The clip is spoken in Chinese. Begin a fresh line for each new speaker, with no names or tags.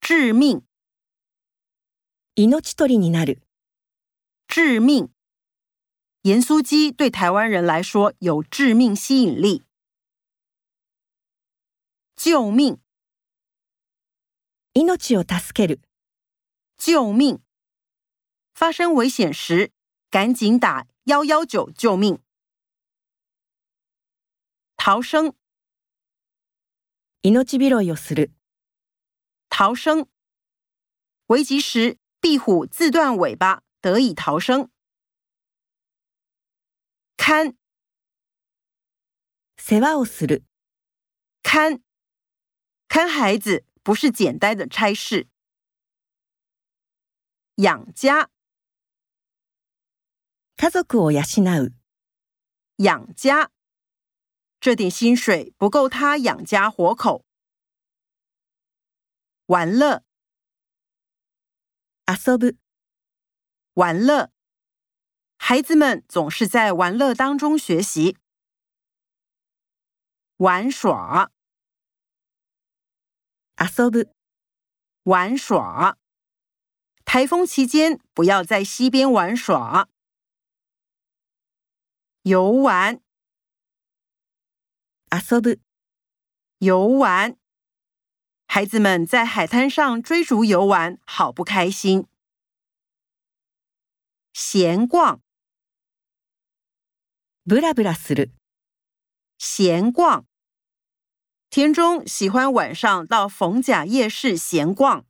致命、
命取りになる、
致命。盐酥鸡对台湾人来说有致命吸引力。救命！
命を助ける、
救命！发生危险时，赶紧打幺幺九救命。逃生，
命拾いをする、
逃生。危急时，壁虎自断尾巴，得以逃生。看，
世話をする、
看，看孩子不是简单的差事。养家，
家族を養う、
养家，这点薪水不够他养家活口。玩乐，
遊ぶ、
玩乐，孩子们总是在玩乐当中学习。玩耍，
遊ぶ、
玩耍。台风期间不要在溪边玩耍。游玩，
遊ぶ、
游玩。孩子们在海滩上追逐游玩，好不开心。闲逛，
ブラブラする、
闲逛。田中喜欢晚上到逢甲夜市闲逛。